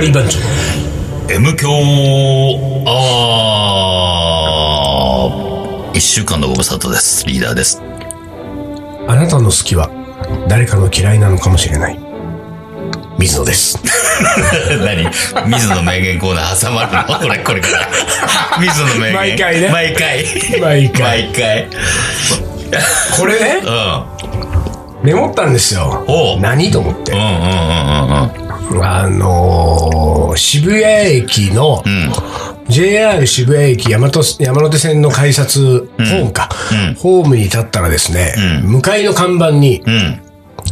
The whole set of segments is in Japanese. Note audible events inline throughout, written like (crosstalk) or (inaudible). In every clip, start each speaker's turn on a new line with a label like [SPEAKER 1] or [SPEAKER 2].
[SPEAKER 1] り番長
[SPEAKER 2] M 強あー一週間のご無沙汰です。リーダーです。 (laughs)
[SPEAKER 1] あなたの好きは誰かの嫌いなのかもしれない水野です
[SPEAKER 2] 何水野名言コーナー挟まるのこれ、これから。水野名言。
[SPEAKER 1] 毎回ね
[SPEAKER 2] 毎回。
[SPEAKER 1] 毎回
[SPEAKER 2] 毎回。
[SPEAKER 1] これね
[SPEAKER 2] うん。
[SPEAKER 1] メモったんですよ
[SPEAKER 2] おう
[SPEAKER 1] 何と思って
[SPEAKER 2] うんうん
[SPEAKER 1] あのー、渋谷駅の、
[SPEAKER 2] うんうんうん。うん。
[SPEAKER 1] JR 渋谷駅山手山手線の改札、ホームか、
[SPEAKER 2] うん
[SPEAKER 1] ホームに立ったらですね、
[SPEAKER 2] うん
[SPEAKER 1] 向かいの看板に、
[SPEAKER 2] うん。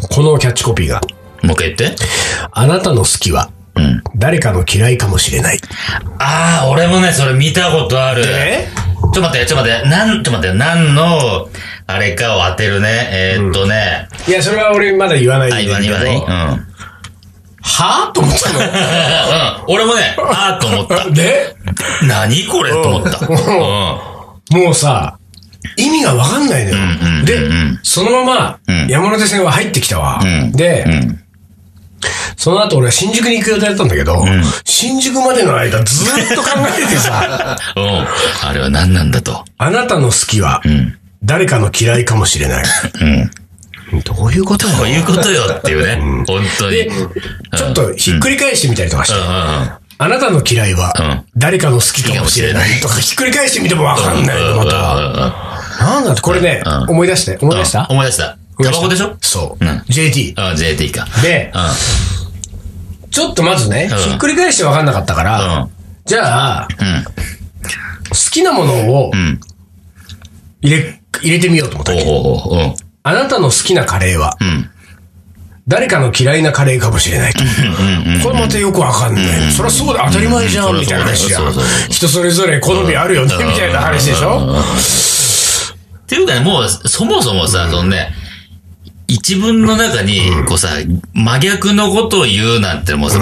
[SPEAKER 1] このキャッチコピーが、
[SPEAKER 2] もう一回言って。
[SPEAKER 1] あなたの好きは、
[SPEAKER 2] うん。
[SPEAKER 1] 誰かの嫌いかもしれない。
[SPEAKER 2] あー、俺もね、それ見たことある。ちょっと待って、ちょっと待って、なん、ちょっと待って、何の、あれかを当てるね。えーっとね、
[SPEAKER 1] いや、それは俺まだ言わないんだ
[SPEAKER 2] あ、
[SPEAKER 1] け
[SPEAKER 2] 言
[SPEAKER 1] ど。
[SPEAKER 2] わない言わない。うん。うん
[SPEAKER 1] はぁと思った
[SPEAKER 2] 俺もね、あーと思った (laughs)
[SPEAKER 1] の。。で、
[SPEAKER 2] 何これと思った。うん。
[SPEAKER 1] もうさ、意味がわかんないのよ
[SPEAKER 2] うんうんうんう。ん
[SPEAKER 1] で、そのま
[SPEAKER 2] うん
[SPEAKER 1] ま、山手線は入ってきたわ
[SPEAKER 2] うん。
[SPEAKER 1] で
[SPEAKER 2] う、ん。
[SPEAKER 1] その後俺は新宿に行く予定だったんだけど、新宿までの間ずーっと考えて
[SPEAKER 2] (laughs)
[SPEAKER 1] さ、
[SPEAKER 2] うん。あれは何なんだと。
[SPEAKER 1] あなたの好きは
[SPEAKER 2] うん。
[SPEAKER 1] 誰かの嫌いかもしれない。
[SPEAKER 2] うん。
[SPEAKER 1] どういうこと
[SPEAKER 2] ということよっていうね。本当に。
[SPEAKER 1] で、ちょっとひっくり返してみたりとかして、
[SPEAKER 2] う
[SPEAKER 1] あなたの嫌いは
[SPEAKER 2] ん
[SPEAKER 1] 誰かの好きかもしれないとかひっくり返してみてもわかんないの、また。なんだって、これね、
[SPEAKER 2] うん
[SPEAKER 1] 思い出して、思い出した
[SPEAKER 2] 思い出した。
[SPEAKER 1] 思
[SPEAKER 2] タ
[SPEAKER 1] い出
[SPEAKER 2] バ
[SPEAKER 1] た
[SPEAKER 2] コでしょ
[SPEAKER 1] そう。
[SPEAKER 2] うん
[SPEAKER 1] JT。
[SPEAKER 2] うん、JT か。
[SPEAKER 1] で、
[SPEAKER 2] う
[SPEAKER 1] ちょっとまずね、
[SPEAKER 2] うん
[SPEAKER 1] ひっくり返してわかんなかったから、
[SPEAKER 2] うん
[SPEAKER 1] じゃあ、
[SPEAKER 2] ん
[SPEAKER 1] 好きなものを
[SPEAKER 2] ん。うん。
[SPEAKER 1] 入れ、入れてみようと思ったわけ。
[SPEAKER 2] おおうん。
[SPEAKER 1] あなたの好きなカレーは、
[SPEAKER 2] うん。
[SPEAKER 1] 誰かの嫌いなカレーかもしれないと。これまたよくわかんない。そりゃそうだ、当たり前じゃ、
[SPEAKER 2] うんん
[SPEAKER 1] みたいな話じゃ
[SPEAKER 2] そ
[SPEAKER 1] ん
[SPEAKER 2] うそうそ。
[SPEAKER 1] 人それぞれ好みあるよね、みたいな話でしょ
[SPEAKER 2] っていうかね、もう、そもそもさ、そのね、一文の中に、こうさ、真逆のことを言うなんて、もうさ、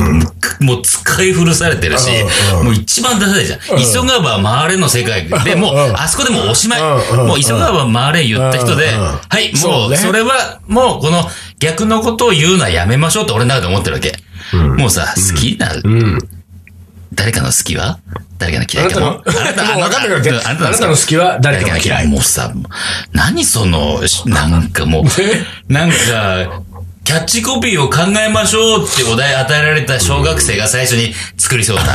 [SPEAKER 2] もう使い古されてるし
[SPEAKER 1] うんう、ん
[SPEAKER 2] もう一番出さないじゃん。急がば回れの世界で、もう、
[SPEAKER 1] うん
[SPEAKER 2] あそこでもうおしまい。
[SPEAKER 1] うんうん
[SPEAKER 2] もう急がば回れ言った人で、
[SPEAKER 1] うんうん
[SPEAKER 2] はい、
[SPEAKER 1] そ
[SPEAKER 2] も
[SPEAKER 1] う
[SPEAKER 2] う、
[SPEAKER 1] ね
[SPEAKER 2] それは、もう、この逆のことを言うのはやめましょうって俺の中で思ってるわけ。もうさ、好きな、
[SPEAKER 1] うん。
[SPEAKER 2] 誰かの好きは誰かの
[SPEAKER 1] あ
[SPEAKER 2] 嫌
[SPEAKER 1] ないた
[SPEAKER 2] か
[SPEAKER 1] の、も
[SPEAKER 2] も
[SPEAKER 1] う。分かんなくなって、
[SPEAKER 2] うん
[SPEAKER 1] あ
[SPEAKER 2] あ
[SPEAKER 1] な
[SPEAKER 2] な
[SPEAKER 1] た
[SPEAKER 2] た
[SPEAKER 1] の
[SPEAKER 2] の
[SPEAKER 1] 好きは誰
[SPEAKER 2] 誰
[SPEAKER 1] か
[SPEAKER 2] か
[SPEAKER 1] の
[SPEAKER 2] が
[SPEAKER 1] 嫌
[SPEAKER 2] 嫌
[SPEAKER 1] い
[SPEAKER 2] い。。もうさ、何その、しなんかもう、なんか、キャッチコピーを考えましょうってお題与えられた小学生が最初に作りそうな。っ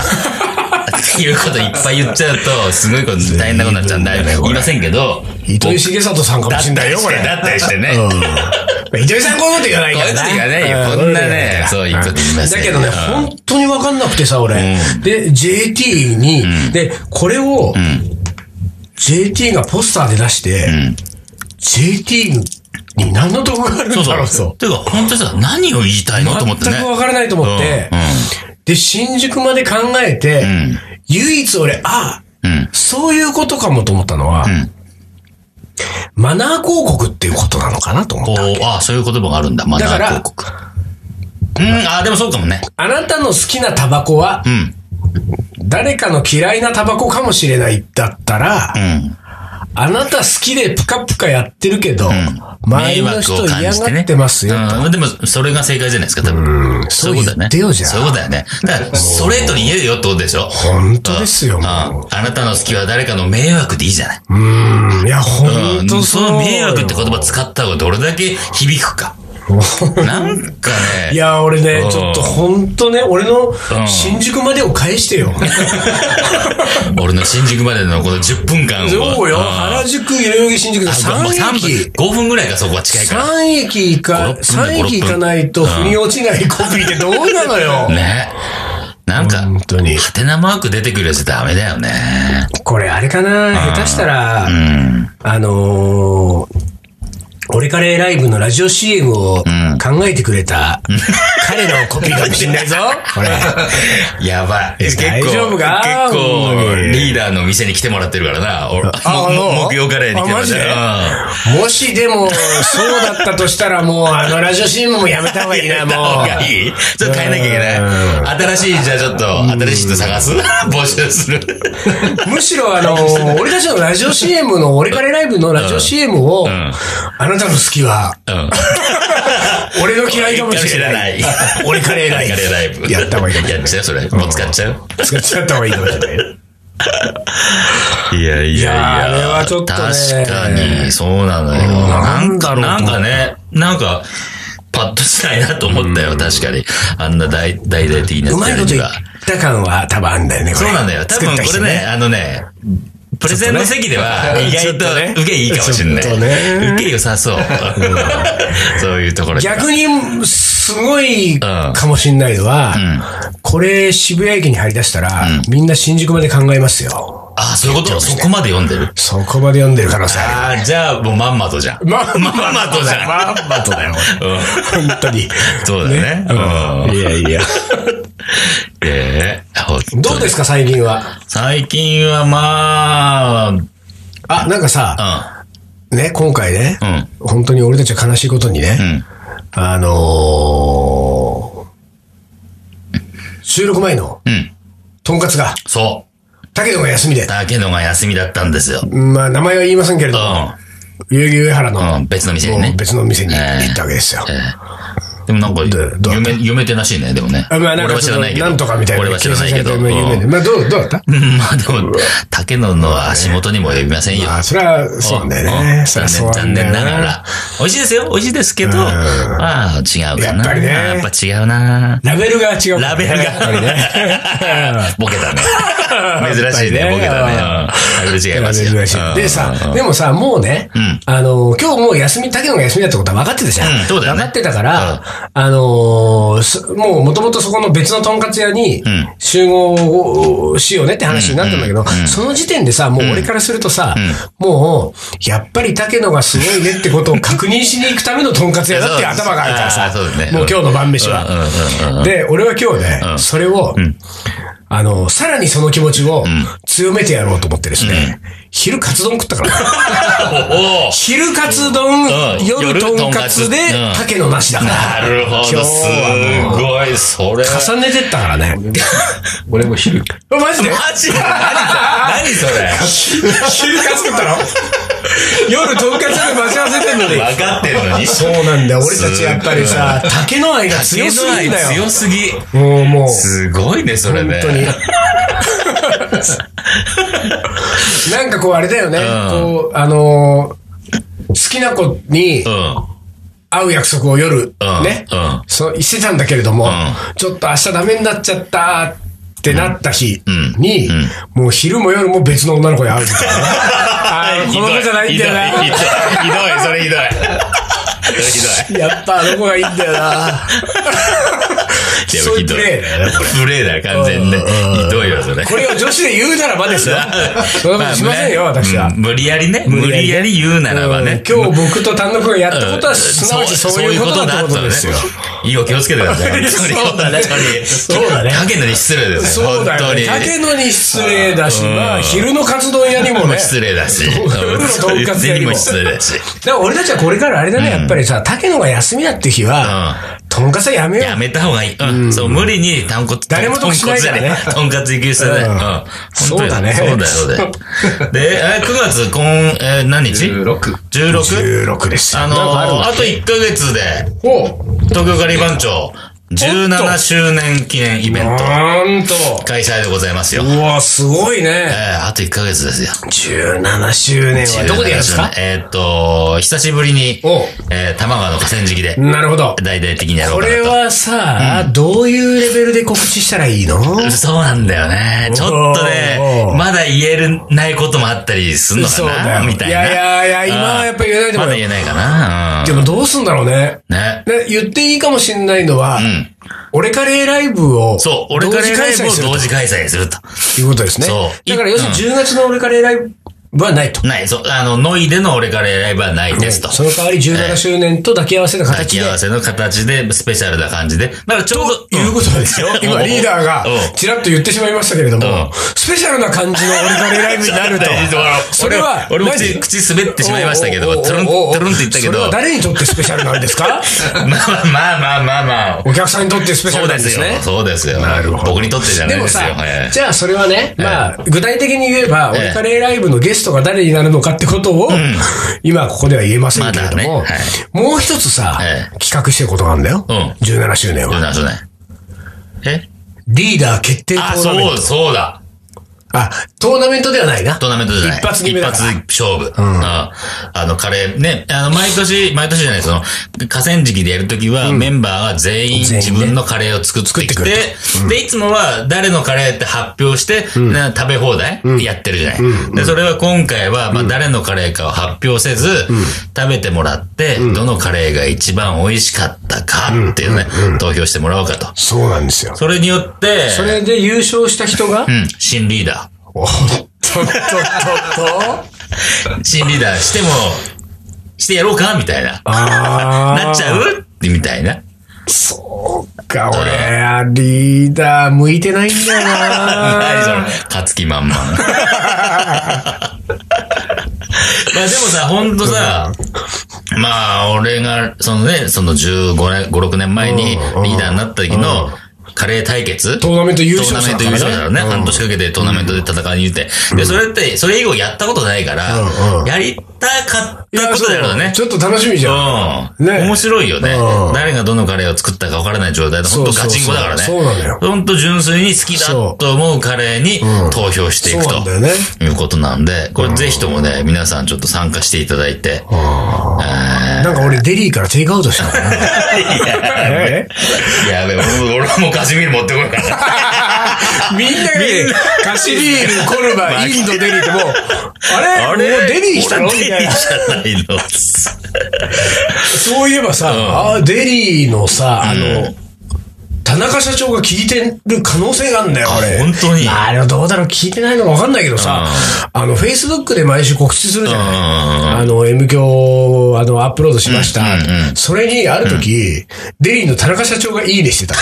[SPEAKER 2] ていうこといっぱい言っちゃうと、すごいこと大変なことになっちゃうんだ。言いませんけど。
[SPEAKER 1] 糸井重里さんかもしんないよ、これ。
[SPEAKER 2] だったりしてね。
[SPEAKER 1] うん糸井さんこういうこと言わないから
[SPEAKER 2] こういうこと言わないよこんなね
[SPEAKER 1] う
[SPEAKER 2] そういうこと言いません
[SPEAKER 1] だけどね、
[SPEAKER 2] うん
[SPEAKER 1] 本当にわかんなくてさ、俺。で、JT に、で、これを、JT がポスターで出して、JT に何の得があるんだ
[SPEAKER 2] そう
[SPEAKER 1] ろうと
[SPEAKER 2] そう。。てか、本当にさ、何を言いたいのと思ってね。
[SPEAKER 1] 全くわからないと思って
[SPEAKER 2] うんうん、
[SPEAKER 1] で、新宿まで考えて
[SPEAKER 2] ん、
[SPEAKER 1] 唯一俺、ああ、
[SPEAKER 2] うん。
[SPEAKER 1] そういうことかもと思ったのは、
[SPEAKER 2] ん
[SPEAKER 1] マナー広告っていうことなのかなと思った。
[SPEAKER 2] こう、あそういう言葉があるんだ。マナ
[SPEAKER 1] だか
[SPEAKER 2] ー
[SPEAKER 1] ら
[SPEAKER 2] 広告。うん、あでもそうかもね。
[SPEAKER 1] あなたの好きなタバコは
[SPEAKER 2] う、ん。
[SPEAKER 1] 誰かの嫌いなタバコかもしれないだったら
[SPEAKER 2] う、ん。
[SPEAKER 1] あなた好きでプカプカやってるけど、周りの人嫌がってますよ。
[SPEAKER 2] うん、でも、それが正解じゃないですか、多分。そういうこ
[SPEAKER 1] そ
[SPEAKER 2] とだ
[SPEAKER 1] う言
[SPEAKER 2] ね。
[SPEAKER 1] ってよじゃあ
[SPEAKER 2] そういうことだよね。だから、ストレートに言えよってことでしょ。
[SPEAKER 1] 本当ですよ、
[SPEAKER 2] うんあ
[SPEAKER 1] も
[SPEAKER 2] なたの好きは誰かの迷惑でいいじゃない。
[SPEAKER 1] う。うん、いや、
[SPEAKER 2] う
[SPEAKER 1] 本
[SPEAKER 2] ん、
[SPEAKER 1] 当
[SPEAKER 2] その迷惑って言葉使った方がどれだけ響
[SPEAKER 1] (laughs)
[SPEAKER 2] くか。なんかね。
[SPEAKER 1] いや、俺
[SPEAKER 2] う
[SPEAKER 1] ね、
[SPEAKER 2] ん
[SPEAKER 1] ちょっと本当ね、俺の新宿までを返して
[SPEAKER 2] (laughs)
[SPEAKER 1] よ。
[SPEAKER 2] 俺の新宿までのこの10分間を。
[SPEAKER 1] そうよ、
[SPEAKER 2] ん
[SPEAKER 1] 原宿、代々木、新宿で3駅。
[SPEAKER 2] 5分ぐらいがそこは近いから。
[SPEAKER 1] 3駅か、
[SPEAKER 2] 5-6分
[SPEAKER 1] 三
[SPEAKER 2] だ
[SPEAKER 1] 駅行かないと
[SPEAKER 2] 5-6分
[SPEAKER 1] 腑に落ちないコピーってどうなのよ。
[SPEAKER 2] ね。なんか、
[SPEAKER 1] 本当に
[SPEAKER 2] ハテナマーク出てくるやつダメだよね。
[SPEAKER 1] これあれかな下手したら、
[SPEAKER 2] うん。
[SPEAKER 1] あのー、俺カレーライブのラジオ CM を考えてくれた、彼のコピーかもしんないぞ。これ。
[SPEAKER 2] やばい。結構、
[SPEAKER 1] 大丈夫か
[SPEAKER 2] 結
[SPEAKER 1] ほんま
[SPEAKER 2] 構、
[SPEAKER 1] に
[SPEAKER 2] リーダーの店に来てもらってるからな。俺
[SPEAKER 1] あそ
[SPEAKER 2] も
[SPEAKER 1] う
[SPEAKER 2] も木曜カレーに来てもらってる。
[SPEAKER 1] あもしでも、そうだったとしたらもう、あの、ラジオ CM もやめた方がいいな、
[SPEAKER 2] うん。
[SPEAKER 1] も
[SPEAKER 2] が
[SPEAKER 1] う。
[SPEAKER 2] いいちょっと変えなきゃいけない。新しい、じゃあちょっと、新しい人探す募集する。
[SPEAKER 1] むしろ、あのー、俺たちのラジオ CM の、俺カレーライブのラジオ CM を、
[SPEAKER 2] ん
[SPEAKER 1] あなたの好きは、
[SPEAKER 2] うん。
[SPEAKER 1] 俺の嫌いかもしれない。
[SPEAKER 2] い。
[SPEAKER 1] 俺カレーライ
[SPEAKER 2] カレーライ
[SPEAKER 1] ブ。
[SPEAKER 2] ブ。
[SPEAKER 1] やった方がいいかもしれ
[SPEAKER 2] やっ
[SPEAKER 1] ない。
[SPEAKER 2] ちゃうそれ。もう使っちゃう
[SPEAKER 1] 使っちゃった方がいいかもしれない。
[SPEAKER 2] いやいやい
[SPEAKER 1] いやーあれはちょっとね
[SPEAKER 2] 確かに、そうなのよ。
[SPEAKER 1] ん
[SPEAKER 2] なんか、
[SPEAKER 1] な
[SPEAKER 2] なん
[SPEAKER 1] だろうと思
[SPEAKER 2] ん
[SPEAKER 1] った
[SPEAKER 2] かね、なんか、パッとしないなと思ったよ、確かに。あんな大、大々的な
[SPEAKER 1] うまいこと言っ
[SPEAKER 2] が。
[SPEAKER 1] た感は多分あんだよね、こ
[SPEAKER 2] そ
[SPEAKER 1] れ
[SPEAKER 2] うなんだよ。多分
[SPEAKER 1] 作った
[SPEAKER 2] これ
[SPEAKER 1] 人
[SPEAKER 2] ね、あのね、プレゼンの席では意
[SPEAKER 1] ちょ
[SPEAKER 2] 外
[SPEAKER 1] っとね
[SPEAKER 2] と受けいいかもしんな
[SPEAKER 1] ちょっとね
[SPEAKER 2] い。受け良さそう。そういうところには
[SPEAKER 1] 逆に、すごいかもしんないのは、これ渋谷駅に張り出したら、みんな新宿まで考えますよ。
[SPEAKER 2] あ、そういうことそこまで読んでる。
[SPEAKER 1] そこまで読んでる可能性あ
[SPEAKER 2] ああ、じゃあもうまんまとじゃん。
[SPEAKER 1] る。まあ、
[SPEAKER 2] まんまとじゃん。
[SPEAKER 1] まあ、まあとだよ。
[SPEAKER 2] うん
[SPEAKER 1] 本当
[SPEAKER 2] (laughs)
[SPEAKER 1] に。
[SPEAKER 2] そうだね。うん
[SPEAKER 1] いやいや。
[SPEAKER 2] (laughs) ええほんとに
[SPEAKER 1] どうですか、最近は。
[SPEAKER 2] 最近はまあ、うん。
[SPEAKER 1] あ、なんかさ、ね、今回ね、本当に俺たちは悲しいことにね、
[SPEAKER 2] うん。
[SPEAKER 1] あのー、収録前の、
[SPEAKER 2] うん。
[SPEAKER 1] とんかつが、
[SPEAKER 2] そ
[SPEAKER 1] だけどが休みで
[SPEAKER 2] う。、竹野が休みだったんですよ。うん。
[SPEAKER 1] まあ、名前は言いませんけれども、代々木上原の、
[SPEAKER 2] うん。別の店に
[SPEAKER 1] もう
[SPEAKER 2] ね。
[SPEAKER 1] 別の店に行ったわけですよ。
[SPEAKER 2] ええでもなんか、
[SPEAKER 1] どどうだった
[SPEAKER 2] 夢、夢てらしいね、でもね。
[SPEAKER 1] あまあ、なんか
[SPEAKER 2] 俺は知
[SPEAKER 1] ち
[SPEAKER 2] ら
[SPEAKER 1] ょっ
[SPEAKER 2] ない
[SPEAKER 1] と、
[SPEAKER 2] けど。
[SPEAKER 1] なんとかみたいな。
[SPEAKER 2] 俺は知らないけど。
[SPEAKER 1] 掲
[SPEAKER 2] う
[SPEAKER 1] 載された有名で
[SPEAKER 2] ん
[SPEAKER 1] まあ、どう、どうだった
[SPEAKER 2] うんまあでも、竹野の足元にも及びませんよ。
[SPEAKER 1] あ、それは、そうなんだよね。そりゃそう
[SPEAKER 2] 残
[SPEAKER 1] んだよ
[SPEAKER 2] 念ながら。美味しいですよ。美味しいですけど、ああ、違うかな。
[SPEAKER 1] やっぱりね
[SPEAKER 2] やっぱ違うな。
[SPEAKER 1] ラベルが違うから
[SPEAKER 2] ラベ
[SPEAKER 1] ね、
[SPEAKER 2] ルが
[SPEAKER 1] やっぱりね。
[SPEAKER 2] (laughs) ボケ
[SPEAKER 1] (laughs)
[SPEAKER 2] たね。
[SPEAKER 1] やっ
[SPEAKER 2] 珍しい
[SPEAKER 1] ぱりね
[SPEAKER 2] ね、ボケたね。うんラベル違いますよ。
[SPEAKER 1] 珍し
[SPEAKER 2] うん
[SPEAKER 1] い。でさ、でもさ、もうね、あの、今日もう休み、竹野が休みだってことは分かってたじゃん。
[SPEAKER 2] うんそうだよね
[SPEAKER 1] 分かってたから、あのー、すもうもともとそこの別のとんかつ屋に集合をしようねって話になったんだけど、その時点でさ、もう俺からするとさ、もう、やっぱり竹野がすごいねってことを確認しに行くためのとんかつ屋だって頭があるから
[SPEAKER 2] あ
[SPEAKER 1] さ
[SPEAKER 2] ー (laughs) そうだね、
[SPEAKER 1] もう今日の晩飯
[SPEAKER 2] うん
[SPEAKER 1] は。
[SPEAKER 2] うんうんうん
[SPEAKER 1] で、俺は今日ね、それを、あの、さらにその気持ちを強めてやろうと思ってですね、昼カツ丼食った
[SPEAKER 2] (laughs)
[SPEAKER 1] から。
[SPEAKER 2] おお
[SPEAKER 1] 昼カツ丼、
[SPEAKER 2] うん
[SPEAKER 1] 夜とんかつで
[SPEAKER 2] 夜とんか、つ
[SPEAKER 1] 竹のなしだから。
[SPEAKER 2] なるほど、す
[SPEAKER 1] 今日はもう
[SPEAKER 2] ごい、それは。
[SPEAKER 1] 重ねてったからね。
[SPEAKER 3] 俺も昼、
[SPEAKER 1] あマジで
[SPEAKER 2] マジで何それ何そ
[SPEAKER 1] 昼カツ
[SPEAKER 2] (laughs)
[SPEAKER 1] 食ったの夜とんかつで待ち合わせてんの
[SPEAKER 2] れ
[SPEAKER 1] に。
[SPEAKER 2] 分かってるのに。
[SPEAKER 1] そうなんだよ。俺たちやっぱりさ、竹の愛が強すぎんだ
[SPEAKER 2] 強
[SPEAKER 1] よ。
[SPEAKER 2] すぎ。
[SPEAKER 1] もうもう。
[SPEAKER 2] すごいね、それ
[SPEAKER 1] 本
[SPEAKER 2] ね。
[SPEAKER 1] 当に。 (laughs) なんかこうあれだよね。
[SPEAKER 2] う
[SPEAKER 1] こう、あのー好きな子に
[SPEAKER 2] うん。
[SPEAKER 1] 会う約束を夜、
[SPEAKER 2] うん
[SPEAKER 1] ね、
[SPEAKER 2] うん
[SPEAKER 1] そうしてたんだけれども、
[SPEAKER 2] ん
[SPEAKER 1] ちょっと明日ダメになっちゃったってなった日に、
[SPEAKER 2] うん
[SPEAKER 1] もう昼も夜も別の女の子に会うみ
[SPEAKER 2] (laughs)
[SPEAKER 1] たいなね。あーこの子じゃないんだよ
[SPEAKER 2] ひどい、ひどいひどいそれひどい。それひどい。
[SPEAKER 1] な。やっぱあの子がいいんだよな。
[SPEAKER 2] (laughs) で
[SPEAKER 1] そういうプレーだよね。
[SPEAKER 2] プレイだよ、完全にね。ひどいよ、それ。
[SPEAKER 1] これを女子で言うならばです
[SPEAKER 2] (laughs)
[SPEAKER 1] よ。そんなことしませんよ、
[SPEAKER 2] まあね
[SPEAKER 1] 私は。
[SPEAKER 2] うん無理やりね。
[SPEAKER 1] 無
[SPEAKER 2] 無
[SPEAKER 1] 理
[SPEAKER 2] 理
[SPEAKER 1] や
[SPEAKER 2] やり言うならば
[SPEAKER 1] うん
[SPEAKER 2] ね。
[SPEAKER 1] 今日僕と丹野くんがやったことは、すなわちそういうことだってことですよ。
[SPEAKER 2] いいよ、気をつけてください。
[SPEAKER 1] (laughs) そうだね
[SPEAKER 2] そうだね。影のに失礼ですよ。
[SPEAKER 1] そうだよ、ね。
[SPEAKER 2] 本当
[SPEAKER 1] 竹
[SPEAKER 2] に。
[SPEAKER 1] 野に失礼だし、
[SPEAKER 2] うん
[SPEAKER 1] まあ、昼の活動屋にもね。
[SPEAKER 2] 失礼だし。
[SPEAKER 1] う夜のとんかつ屋にも
[SPEAKER 2] 全失礼だし。
[SPEAKER 1] だから俺たちはこれからあれだね、やっぱりさ、竹野が休みだって日は、とんかつはやめよ
[SPEAKER 2] やめた方がいい。うん。そう、無理に、たんこつ、
[SPEAKER 1] 誰も得しないからね
[SPEAKER 2] とんこつじゃねえとんかつ行く必要ない。
[SPEAKER 1] う
[SPEAKER 2] うんん。本当
[SPEAKER 1] そうだね
[SPEAKER 2] そうだよ、そうだよ。
[SPEAKER 1] (laughs)
[SPEAKER 2] で、えー9月、今、えー何日
[SPEAKER 3] 16。
[SPEAKER 2] 16?
[SPEAKER 1] う。16ですよ。
[SPEAKER 2] あのー
[SPEAKER 1] なんかある
[SPEAKER 2] あと1ヶ月で、
[SPEAKER 1] お
[SPEAKER 2] 東京カリー番長、17周年記念イベント、
[SPEAKER 1] なんと。
[SPEAKER 2] 開催でございますよ。
[SPEAKER 1] うわ、すごい
[SPEAKER 2] え
[SPEAKER 1] ね。
[SPEAKER 2] ー、あと1ヶ月ですよ。
[SPEAKER 1] 17周年はどこでやるんですか
[SPEAKER 2] 17周年えーっと、久しぶりに
[SPEAKER 1] お、
[SPEAKER 2] えー、玉川の河川敷で、
[SPEAKER 1] なるほど。
[SPEAKER 2] 大々的にやろ
[SPEAKER 1] こ
[SPEAKER 2] うかなと。
[SPEAKER 1] れはさ、どういうレベルで告知したらいいの
[SPEAKER 2] そうなんだよね。ちょっと
[SPEAKER 1] お
[SPEAKER 2] ね
[SPEAKER 1] ー、
[SPEAKER 2] まだ言えるないこともあったりすんのか
[SPEAKER 1] そうだよ
[SPEAKER 2] なみたいな。
[SPEAKER 1] いやいやいや今はやっぱ言えないと
[SPEAKER 2] ま
[SPEAKER 1] 思うよ
[SPEAKER 2] だ言えないかな。
[SPEAKER 1] で
[SPEAKER 2] うん
[SPEAKER 1] もどうすんだろうね。
[SPEAKER 2] ね。
[SPEAKER 1] ね言っていいかもしんないのは、
[SPEAKER 2] ん
[SPEAKER 1] 俺カレーライブを、
[SPEAKER 2] そう、俺カレーライブを同時開催すると。
[SPEAKER 1] ということですね
[SPEAKER 2] そ。う
[SPEAKER 1] だから要するに10月の俺カレーライブはないと。
[SPEAKER 2] ない、そう、あの、ノイでの俺カレーライブはないですと。
[SPEAKER 1] その代わり17周年と抱き合わせの
[SPEAKER 2] 抱
[SPEAKER 1] 形
[SPEAKER 2] き
[SPEAKER 1] で
[SPEAKER 2] 合。わせの形で、スペシャルな感じで。だからちょうど、
[SPEAKER 1] いうことですよ。今リーダーが
[SPEAKER 2] うん
[SPEAKER 1] ちらっと言ってしまいましたけれども
[SPEAKER 2] ん、。
[SPEAKER 1] スペシャルな感じの俺カレーライブになると
[SPEAKER 2] (laughs)
[SPEAKER 1] それは、
[SPEAKER 2] 俺も
[SPEAKER 1] 何
[SPEAKER 2] 口、口滑ってしまいましたけど、トロン、トロンって言ったけ
[SPEAKER 1] それ
[SPEAKER 2] ど
[SPEAKER 1] は、誰にとってスペシャルなんですか
[SPEAKER 2] (laughs) まあまあまあまあまあ、
[SPEAKER 1] お客さんにとってスペシャ
[SPEAKER 2] そ
[SPEAKER 1] ル
[SPEAKER 2] う
[SPEAKER 1] な
[SPEAKER 2] で
[SPEAKER 1] んですす
[SPEAKER 2] よ
[SPEAKER 1] ね。。
[SPEAKER 2] そうですよ
[SPEAKER 1] なるほ。ど
[SPEAKER 2] 僕にとってじゃな
[SPEAKER 1] で
[SPEAKER 2] い
[SPEAKER 1] も
[SPEAKER 2] ですよ。
[SPEAKER 1] さ
[SPEAKER 2] はい、
[SPEAKER 1] じゃあそれはね、まあ、具体的に言えば、
[SPEAKER 2] ええ
[SPEAKER 1] 俺カレーライブのゲスストが誰になるのかってことを、今ここでは言えませんけれども、
[SPEAKER 2] まだね
[SPEAKER 1] もう一つさ、
[SPEAKER 2] え
[SPEAKER 1] 企画してることがあるんだよ。
[SPEAKER 2] うん
[SPEAKER 1] 17周年
[SPEAKER 2] どう
[SPEAKER 1] は。
[SPEAKER 2] なんでしょうね。え
[SPEAKER 1] リーダー決定トー
[SPEAKER 2] あ、
[SPEAKER 1] ナメント。
[SPEAKER 2] そう、そうだ。
[SPEAKER 1] あ、トーナメントではないな。
[SPEAKER 2] トーナメントじゃない。
[SPEAKER 1] 一発決めだから
[SPEAKER 2] 一発勝負。ああの、カレー、ね、あの、毎年、毎年じゃない、その、河川敷でやるときは、メンバーは全員
[SPEAKER 1] 全員ね
[SPEAKER 2] 自分のカレーを作ってき、
[SPEAKER 1] 作って
[SPEAKER 2] で、いつもは誰のカレーって発表して、な食べ放題やってるじゃない。で、それは今回は、まあ、誰のカレーかを発表せず、食べてもらって、どのカレーが一番美味しかったかっていうね、投票してもらおうかと。
[SPEAKER 1] そうなんですよ。
[SPEAKER 2] それによって、
[SPEAKER 1] それで優勝した人が、
[SPEAKER 2] うん、新リーダー。
[SPEAKER 1] おっとっとっとっと。
[SPEAKER 2] 新リーダーしても、してやろうかみたいな。
[SPEAKER 1] あー
[SPEAKER 2] (laughs) なっちゃうみたいな。
[SPEAKER 1] そうか、俺、リーダー向いてないんだよ
[SPEAKER 2] (laughs) 何それ
[SPEAKER 1] な
[SPEAKER 2] 勝つ気満々。 (laughs) まあでもさ、ほんとさ、まあ俺が、そのね、その15年、5、6年前にリーダーになった時のカレー対決。
[SPEAKER 1] トーナメント優
[SPEAKER 2] トー
[SPEAKER 1] 勝
[SPEAKER 2] ナ
[SPEAKER 1] 者
[SPEAKER 2] メント優勝だからね。半年かけてトーナメントで戦いに行って。で、それって、それ以後やったことないから
[SPEAKER 1] うんう、ん
[SPEAKER 2] やりたかったことだよね
[SPEAKER 1] ち。ょっと楽しみじゃん。
[SPEAKER 2] うん。
[SPEAKER 1] ね
[SPEAKER 2] 面白いよね
[SPEAKER 1] う。ん
[SPEAKER 2] 誰がどのカレーを作ったか分からない状態で、ほんとガチンコだからね。
[SPEAKER 1] そうそうそうそうなのよ
[SPEAKER 2] ほんと純粋に好きだ
[SPEAKER 1] そう
[SPEAKER 2] と思うカレーに投票していく
[SPEAKER 1] そう
[SPEAKER 2] と
[SPEAKER 1] なんだよね。
[SPEAKER 2] いうことなんで、これぜひともね、皆さんちょっと参加していただ (laughs) いて。
[SPEAKER 1] なんか俺、デリーからテイクアウトしたのかな。え
[SPEAKER 2] やべ、俺も俺もカシミール持ってこようかな。
[SPEAKER 1] (laughs) みんながね、カシビール、コルバ、インド、デリーってもう、 (laughs) (laughs) あれもうデリー来たのみ
[SPEAKER 2] 俺デリ
[SPEAKER 1] た
[SPEAKER 2] ー
[SPEAKER 1] いな。
[SPEAKER 2] じゃないの。
[SPEAKER 1] そういえばさ、あーデリーのさ、あの、田中社長が聞いてる可能性があるんだよ、
[SPEAKER 2] あ
[SPEAKER 1] 俺。
[SPEAKER 2] 本当に
[SPEAKER 1] まあ、あれはどうだろう、聞いてないのかわかんないけどさ、あの、Facebook で毎週告知するじゃない。あの、M 響、あの、アップロードしました。それに、ある時、デリーの田中社長がいいねしてた。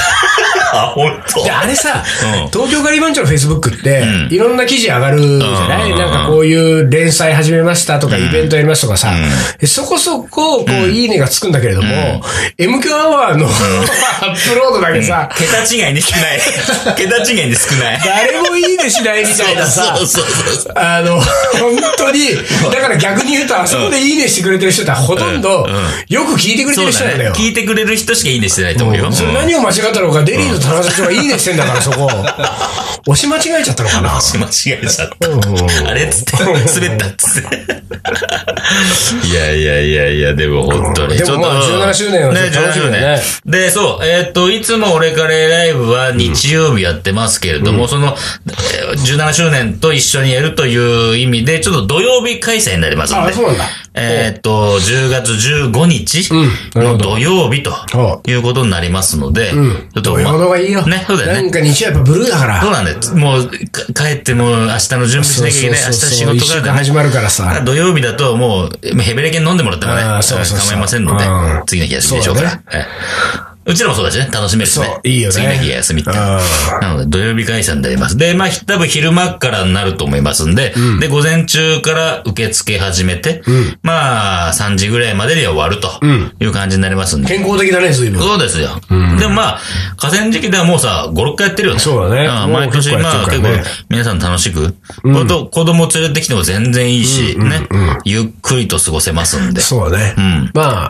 [SPEAKER 2] あ、ほんと
[SPEAKER 1] で、あれさ
[SPEAKER 2] うん、
[SPEAKER 1] 東京ガリバンチョの Facebook って、いろんな記事上がるじゃな
[SPEAKER 2] うん
[SPEAKER 1] いなんかこういう連載始めましたとか、イベントやりますとかさ、でそこそこ、こう、いいねがつくんだけれども、M 響アワーのアップロードだけさ、
[SPEAKER 2] 桁違いに少 (laughs) ない。桁違いに少ない。
[SPEAKER 1] 誰もいいねしないみたいなさ
[SPEAKER 2] そ、うそうそうそう。
[SPEAKER 1] あの、本当に、だから逆に言うと、あそこでいいねしてくれてる人ってほとんど、よく聞いてくれて
[SPEAKER 2] そ
[SPEAKER 1] る
[SPEAKER 2] う
[SPEAKER 1] 人な
[SPEAKER 2] だ
[SPEAKER 1] んだ
[SPEAKER 2] ね
[SPEAKER 1] よ。。
[SPEAKER 2] 聞いてくれる人しかいいねしてないと (laughs) 思うよ。
[SPEAKER 1] それ何を間違ったのか、デリーの田中社長がいいねしてんだから、そこ。押し間違えちゃったのかな。
[SPEAKER 2] 間違えちゃった。 (laughs) あれっつって、滑ったっつって。いやいやいやいや、でも本当に。
[SPEAKER 1] でもまあ
[SPEAKER 2] ちょっと
[SPEAKER 1] 17周年は
[SPEAKER 2] ね、
[SPEAKER 1] ちょっと
[SPEAKER 2] 17
[SPEAKER 1] 楽しみ
[SPEAKER 2] 周
[SPEAKER 1] だね
[SPEAKER 2] 年。で、そう、えーっと、いつも俺カレーライブは日曜日やってますけれども、その、えー17周年と一緒にやるという意味で、ちょっと土曜日開催になりますの
[SPEAKER 1] あ、
[SPEAKER 2] で。
[SPEAKER 1] そうなんだ。
[SPEAKER 2] えーっと、10月15日
[SPEAKER 1] なるほ
[SPEAKER 2] の
[SPEAKER 1] ど
[SPEAKER 2] 土曜日と
[SPEAKER 1] は
[SPEAKER 2] いうことになりますので、ちょっ
[SPEAKER 1] こ
[SPEAKER 2] とお
[SPEAKER 1] ういう
[SPEAKER 2] ま
[SPEAKER 1] ものがいいよ。
[SPEAKER 2] ねそうだよね
[SPEAKER 1] なんか日曜やっぱブルーだから。
[SPEAKER 2] そうなんだよ。もう、か帰ってもう明日の準備し
[SPEAKER 1] そ
[SPEAKER 2] な
[SPEAKER 1] う
[SPEAKER 2] きゃ
[SPEAKER 1] そ
[SPEAKER 2] いけ
[SPEAKER 1] う
[SPEAKER 2] ない。明
[SPEAKER 1] そう
[SPEAKER 2] 日仕
[SPEAKER 1] そう。一
[SPEAKER 2] 事が
[SPEAKER 1] 週
[SPEAKER 2] ある
[SPEAKER 1] 間始まるからさ。
[SPEAKER 2] 土曜日だともう、ヘベレケン飲んでもらってもね、
[SPEAKER 1] あーそうそうそう
[SPEAKER 2] 構いませんので
[SPEAKER 1] うん、
[SPEAKER 2] 次の日休みでしょうから。
[SPEAKER 1] そう
[SPEAKER 2] ええうちらもそうだしね、楽しめるしね。
[SPEAKER 1] そういいよね
[SPEAKER 2] 次の日休みって。
[SPEAKER 1] うん
[SPEAKER 2] なので、土曜日解散になります。で、まあ、ひ多分昼間からになると思いますんで、で、午前中から受付始めて、まあ、3時ぐらいまでには終わるという感じになりますんで。
[SPEAKER 1] 健康的だね、随分。
[SPEAKER 2] そうですよ。でもまあ、河川敷ではもうさ、5、6回やってるよね。
[SPEAKER 1] そうだね
[SPEAKER 2] ああ
[SPEAKER 1] もう
[SPEAKER 2] 毎年、
[SPEAKER 1] 結構や
[SPEAKER 2] ま
[SPEAKER 1] っ
[SPEAKER 2] あ
[SPEAKER 1] て
[SPEAKER 2] 結
[SPEAKER 1] る
[SPEAKER 2] 構
[SPEAKER 1] からね、
[SPEAKER 2] 皆さん楽しく。あと、子供連れてきても全然いいし、ね。ゆっくりと過ごせますんで。
[SPEAKER 1] そうだね
[SPEAKER 2] ん。
[SPEAKER 1] ま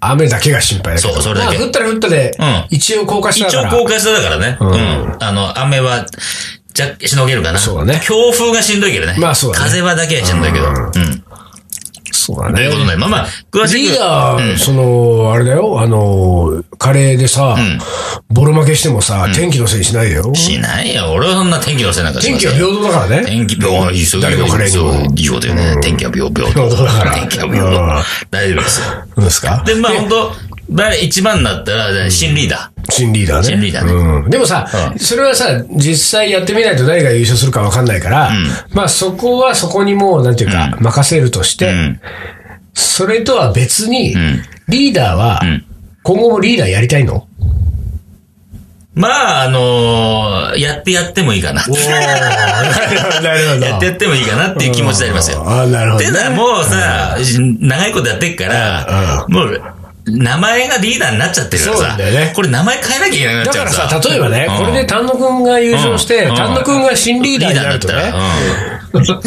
[SPEAKER 1] あ、雨だけが心配だけど。
[SPEAKER 2] そうそれだけ
[SPEAKER 1] まあ降ったら降ったで
[SPEAKER 2] うん、
[SPEAKER 1] 一応降下し
[SPEAKER 2] 一
[SPEAKER 1] たか
[SPEAKER 2] 応
[SPEAKER 1] ら。
[SPEAKER 2] 公開しただからね。うん。あの、雨は、じゃ、しのげるかな。
[SPEAKER 1] そうだね
[SPEAKER 2] 強風がしんどいけどね。
[SPEAKER 1] まあそうだね
[SPEAKER 2] 風はだけはしんどいけど。うん。という
[SPEAKER 1] そうだ
[SPEAKER 2] こと
[SPEAKER 1] ね。
[SPEAKER 2] で、まあまあ、詳しく。
[SPEAKER 1] リーダー、その、あれだよ、あの、カレーでさ、ボロ負けしてもさ、天気のせいにしないでよ。
[SPEAKER 2] しないよ。俺はそんな天気のせいなんかし
[SPEAKER 1] 天
[SPEAKER 2] ま
[SPEAKER 1] 気
[SPEAKER 2] せん
[SPEAKER 1] は
[SPEAKER 2] よ
[SPEAKER 1] 平等だからね。
[SPEAKER 2] 天気、病いいそう
[SPEAKER 1] 誰のカレーにも
[SPEAKER 2] いいことよね。天気は病、病。
[SPEAKER 1] 平等だから
[SPEAKER 2] 天気は病
[SPEAKER 1] うん。
[SPEAKER 2] 大丈夫ですよ。
[SPEAKER 1] どうですか
[SPEAKER 2] で、まあ本当誰一番になったら、新リーダー。
[SPEAKER 1] 新リーダーね。
[SPEAKER 2] 新リーダーね
[SPEAKER 1] うん。でもさ、それはさ、実際やってみないと誰が優勝するかわかんないから、まあそこはそこにもう、なんていうか、任せるとして、
[SPEAKER 2] ん
[SPEAKER 1] それとは別に、リーダーは、今後もリーダーやりたい
[SPEAKER 2] (laughs)
[SPEAKER 1] の
[SPEAKER 2] まあ、あのーやってやってもいいかな。
[SPEAKER 1] お (laughs) なるほど。
[SPEAKER 2] やってやってもいいかなっていう気持ちでありますよ。
[SPEAKER 1] ああ、なるほ
[SPEAKER 2] って
[SPEAKER 1] ど、
[SPEAKER 2] いうのは
[SPEAKER 1] ね。
[SPEAKER 2] もうさ、長いことやってっから、もう、名前がリーダーになっちゃってるから
[SPEAKER 1] そうな
[SPEAKER 2] さ
[SPEAKER 1] んだよね、
[SPEAKER 2] これ名前変えなきゃいけなくな
[SPEAKER 1] だ
[SPEAKER 2] っちゃ
[SPEAKER 1] か
[SPEAKER 2] う
[SPEAKER 1] ら
[SPEAKER 2] さ。
[SPEAKER 1] さ、例えばね、
[SPEAKER 2] うん
[SPEAKER 1] これで丹野くんが優勝して、
[SPEAKER 2] うん
[SPEAKER 1] 丹野くんが新リーダーになると
[SPEAKER 2] リーダー
[SPEAKER 1] ね
[SPEAKER 2] に、なっ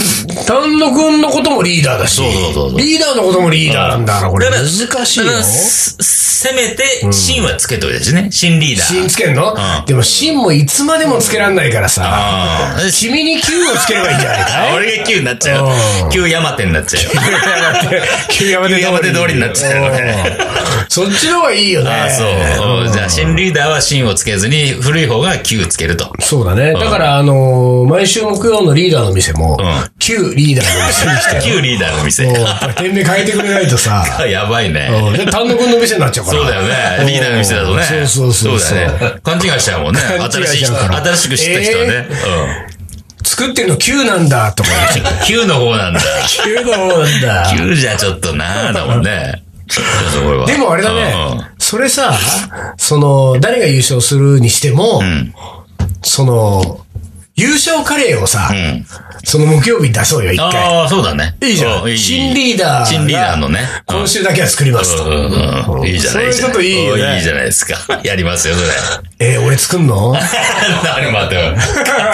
[SPEAKER 2] たら
[SPEAKER 1] 丹野くんのこともリーダーだし
[SPEAKER 2] そうそうそうそ、う
[SPEAKER 1] リーダーのこともリーダーなんだから、これ。
[SPEAKER 2] だから
[SPEAKER 1] 難しいよ
[SPEAKER 2] だか。らすせめて、芯はつけておいてしね。芯リーダー。
[SPEAKER 1] 芯つけんの
[SPEAKER 2] ん
[SPEAKER 1] でも芯もいつまでもつけらんないからさ、
[SPEAKER 2] ああ。
[SPEAKER 1] 君に Q をつければいいんじゃないか。 (laughs)
[SPEAKER 2] あ俺が9になっちゃ
[SPEAKER 1] う
[SPEAKER 2] う。9山手になっ
[SPEAKER 1] (laughs)
[SPEAKER 2] ちゃうよ。
[SPEAKER 1] 旧山
[SPEAKER 2] 旧山手通りになっちゃうよ (laughs) ね
[SPEAKER 1] うんそっちの方がいいよね。
[SPEAKER 2] ああ、そう。じゃあ、新リーダーは新をつけずに、古い方が旧つけると。
[SPEAKER 1] そうだね。だから、あのー、毎週木曜のリーダーの店も
[SPEAKER 2] ん、
[SPEAKER 1] 旧リーダーの店にして
[SPEAKER 2] 旧リーダーの店。
[SPEAKER 1] もうやっぱ店名変えてくれないとさ、
[SPEAKER 2] あ (laughs) やばいね。
[SPEAKER 1] うんで丹野くんの店になっちゃうから。
[SPEAKER 2] そうだよね。リーダーの店だとね。
[SPEAKER 1] そうそうそうそう
[SPEAKER 2] だよね。勘違いしちゃうもんね。
[SPEAKER 1] 勘違い
[SPEAKER 2] 新し
[SPEAKER 1] しち
[SPEAKER 2] い、
[SPEAKER 1] ゃうから
[SPEAKER 2] 新しく知った人はね。
[SPEAKER 1] 作ってるの旧なんだ、とか言っちゃう。
[SPEAKER 2] うん。旧の方な
[SPEAKER 1] (laughs)
[SPEAKER 2] んだ。
[SPEAKER 1] 旧の方なんだ。
[SPEAKER 2] 旧じゃちょっとなぁ、だもんね。ちょっとそこは
[SPEAKER 1] (laughs) でもあれだ
[SPEAKER 2] うん
[SPEAKER 1] ね。それさ、その、誰が優勝するにしても、
[SPEAKER 2] ん
[SPEAKER 1] その、優勝カレーをさ、
[SPEAKER 2] うん。
[SPEAKER 1] その木曜日に出そうよ、一回。
[SPEAKER 2] ああ、そうだね。
[SPEAKER 1] いいじゃ。
[SPEAKER 2] うん
[SPEAKER 1] 新リーダーが。
[SPEAKER 2] 新リーダーのね。
[SPEAKER 1] 今週だけは作りますと。
[SPEAKER 2] うんうんうんいいじゃない
[SPEAKER 1] そういうこといいよね
[SPEAKER 2] うんいいじゃないですか。やりますよ、それ。
[SPEAKER 1] えー、俺作ん
[SPEAKER 2] (laughs)
[SPEAKER 1] の
[SPEAKER 2] 何待てよ。勝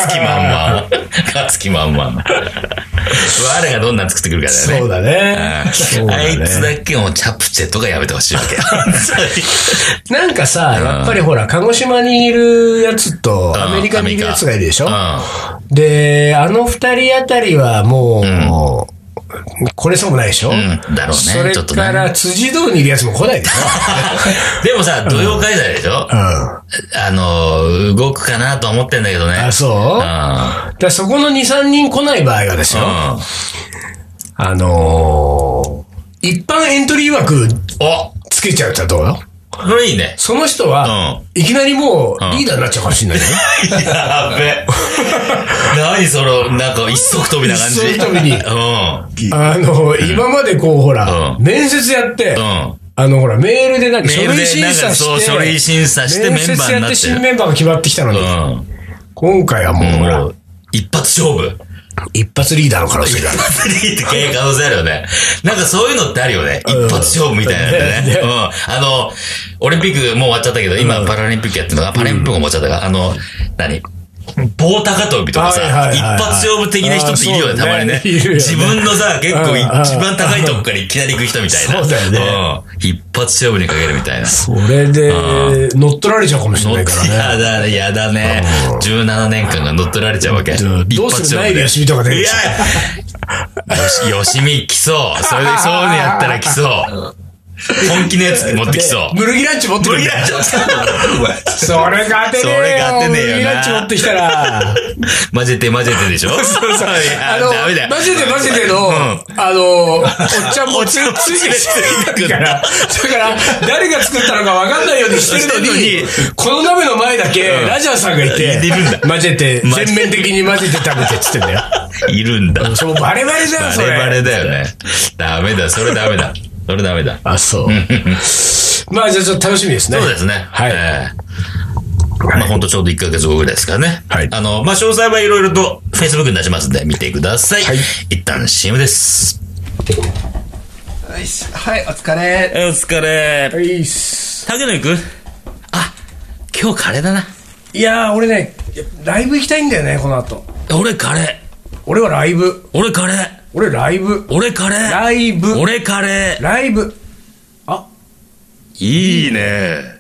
[SPEAKER 2] つ気満々。勝つ気満々。我がどんなん作ってくるかだよね。
[SPEAKER 1] そうだね。そうだ
[SPEAKER 2] あい
[SPEAKER 1] ね
[SPEAKER 2] つだけもチャプチェとかやめてほしいわけ。
[SPEAKER 1] なんかさ、やっぱりほら、鹿児島にいるやつと、アメリカにいるやつがいるでしょ
[SPEAKER 2] うん。
[SPEAKER 1] で、あの二人あたりはもう、これそうもないでしょ、
[SPEAKER 2] うんだろうね
[SPEAKER 1] それ
[SPEAKER 2] ちょっと
[SPEAKER 1] か
[SPEAKER 2] ね
[SPEAKER 1] ら、辻堂にいるやつも来ないでし
[SPEAKER 2] でもさ、土曜開催でしょ
[SPEAKER 1] ょうん。
[SPEAKER 2] あの、動くかなとは思ってんだけどね。
[SPEAKER 1] あ、そう、だ
[SPEAKER 2] う
[SPEAKER 1] からそこの2、3人来ない場合はですよ。
[SPEAKER 2] ん。うん。
[SPEAKER 1] あのー、一般エントリー枠
[SPEAKER 2] お
[SPEAKER 1] つけちゃうとどうよ
[SPEAKER 2] これいいね。
[SPEAKER 1] その人は、いきなりもうリーダーになっちゃうかもしれないよ。
[SPEAKER 2] やべ。何その、なんか一足飛びな感じ。
[SPEAKER 1] 一足飛びに
[SPEAKER 2] うん。
[SPEAKER 1] あの、今までこう、ほら、
[SPEAKER 2] うん
[SPEAKER 1] 面接やって、
[SPEAKER 2] うん。
[SPEAKER 1] あの、ほら、メールでなんか
[SPEAKER 2] メ
[SPEAKER 1] 書
[SPEAKER 2] ール
[SPEAKER 1] 類
[SPEAKER 2] で
[SPEAKER 1] 審
[SPEAKER 2] なんか
[SPEAKER 1] 査
[SPEAKER 2] そう
[SPEAKER 1] して、
[SPEAKER 2] 書類審査してメンバー
[SPEAKER 1] 面
[SPEAKER 2] にな
[SPEAKER 1] 接やっ
[SPEAKER 2] ってて
[SPEAKER 1] 新
[SPEAKER 2] る。
[SPEAKER 1] メンバーが決まってきたのに、
[SPEAKER 2] う
[SPEAKER 1] 今回はもう、
[SPEAKER 2] ん。
[SPEAKER 1] ほら
[SPEAKER 2] も、う、一発勝負。
[SPEAKER 1] 一発リーダーの可能性がある。
[SPEAKER 2] って経過をせるよね。なんかそういうのってあるよね。一発勝負みたい
[SPEAKER 1] (laughs)
[SPEAKER 2] なのね。うん。あの、オリンピックもう終わっちゃったけど、今パラリンピックやってるのが、パラリンピックも終わっちゃったから、あの、何棒高跳びとかさ、
[SPEAKER 1] はいはいはい
[SPEAKER 2] 一
[SPEAKER 1] はい
[SPEAKER 2] 発勝負的な人っているよね、
[SPEAKER 1] あー
[SPEAKER 2] たまにね。
[SPEAKER 1] そうねいるよね
[SPEAKER 2] 自分のさ、結構い
[SPEAKER 1] うんうん
[SPEAKER 2] 一番高いとこからいきなり行く人みたいな。
[SPEAKER 1] そうだよね
[SPEAKER 2] うん。一発勝負にかけるみたいな。
[SPEAKER 1] それで、乗っ取られちゃうかもしれないからね。
[SPEAKER 2] やだね、やだね。17年間が乗っ取られちゃうわけ。
[SPEAKER 1] ん
[SPEAKER 2] 一
[SPEAKER 1] どう
[SPEAKER 2] 発
[SPEAKER 1] する
[SPEAKER 2] 勝
[SPEAKER 1] ナ
[SPEAKER 2] 負
[SPEAKER 1] イル
[SPEAKER 2] で
[SPEAKER 1] よしみとか出て
[SPEAKER 2] い
[SPEAKER 1] きた
[SPEAKER 2] やよし、よしみ
[SPEAKER 1] (laughs)
[SPEAKER 2] 来そう。それで、そういうのやったら来そう。本気のやつ持ってきそ
[SPEAKER 1] (laughs)
[SPEAKER 2] う。
[SPEAKER 1] ムルギランチ持ってく
[SPEAKER 2] 無
[SPEAKER 1] る
[SPEAKER 2] 理
[SPEAKER 1] んだ
[SPEAKER 2] だ
[SPEAKER 1] よ。
[SPEAKER 2] ちょっと
[SPEAKER 1] それが当てねえよ。
[SPEAKER 2] それが当て
[SPEAKER 1] ム
[SPEAKER 2] ねえよな
[SPEAKER 1] ルギランチ持ってきたら。
[SPEAKER 2] 混ぜて混ぜてでしょそうそう。
[SPEAKER 1] あ
[SPEAKER 2] あ
[SPEAKER 1] の、
[SPEAKER 2] ダメだ。
[SPEAKER 1] 混ぜて混ぜての、
[SPEAKER 2] うん
[SPEAKER 1] あの、おっちゃんもつついてきてるから、だから、誰が作ったのか分かんないようにしてるのに、この鍋の前だけ、ラジャーさんがいて、
[SPEAKER 2] いるんだ
[SPEAKER 1] 混ぜて、
[SPEAKER 2] 混ぜ
[SPEAKER 1] 全面的に混ぜて食べてっつってんだよ。
[SPEAKER 2] いるんだ。
[SPEAKER 1] (laughs)
[SPEAKER 2] バ
[SPEAKER 1] そう、バレバレじゃん、それ。
[SPEAKER 2] レバレだよね。ダメだ、それダメだ。それダメだ。
[SPEAKER 1] あ、そう。まあ、じゃあちょっと楽しみですね。
[SPEAKER 2] そうですね。
[SPEAKER 1] はい
[SPEAKER 2] ええまあ本当ちょうど1ヶ月後ぐらいですかね。
[SPEAKER 1] はい
[SPEAKER 2] あの、まあ詳細はいろいろと Facebook に出しますんで見てください。
[SPEAKER 1] はい
[SPEAKER 2] 一旦 CM です。
[SPEAKER 3] はいしはい、お疲れ。
[SPEAKER 2] お疲れ。
[SPEAKER 1] はいっす
[SPEAKER 2] 竹野行くあ、今日カレーだな。
[SPEAKER 1] いやー、俺ね、ライブ行きたいんだよね、この後。
[SPEAKER 2] 俺カレ
[SPEAKER 1] 俺はライブ
[SPEAKER 2] ー。。俺カレー。
[SPEAKER 1] 俺ライブ。
[SPEAKER 2] 俺カレー。
[SPEAKER 1] ライブ。
[SPEAKER 2] 俺カレ
[SPEAKER 1] ライブ。
[SPEAKER 2] ー。いいね。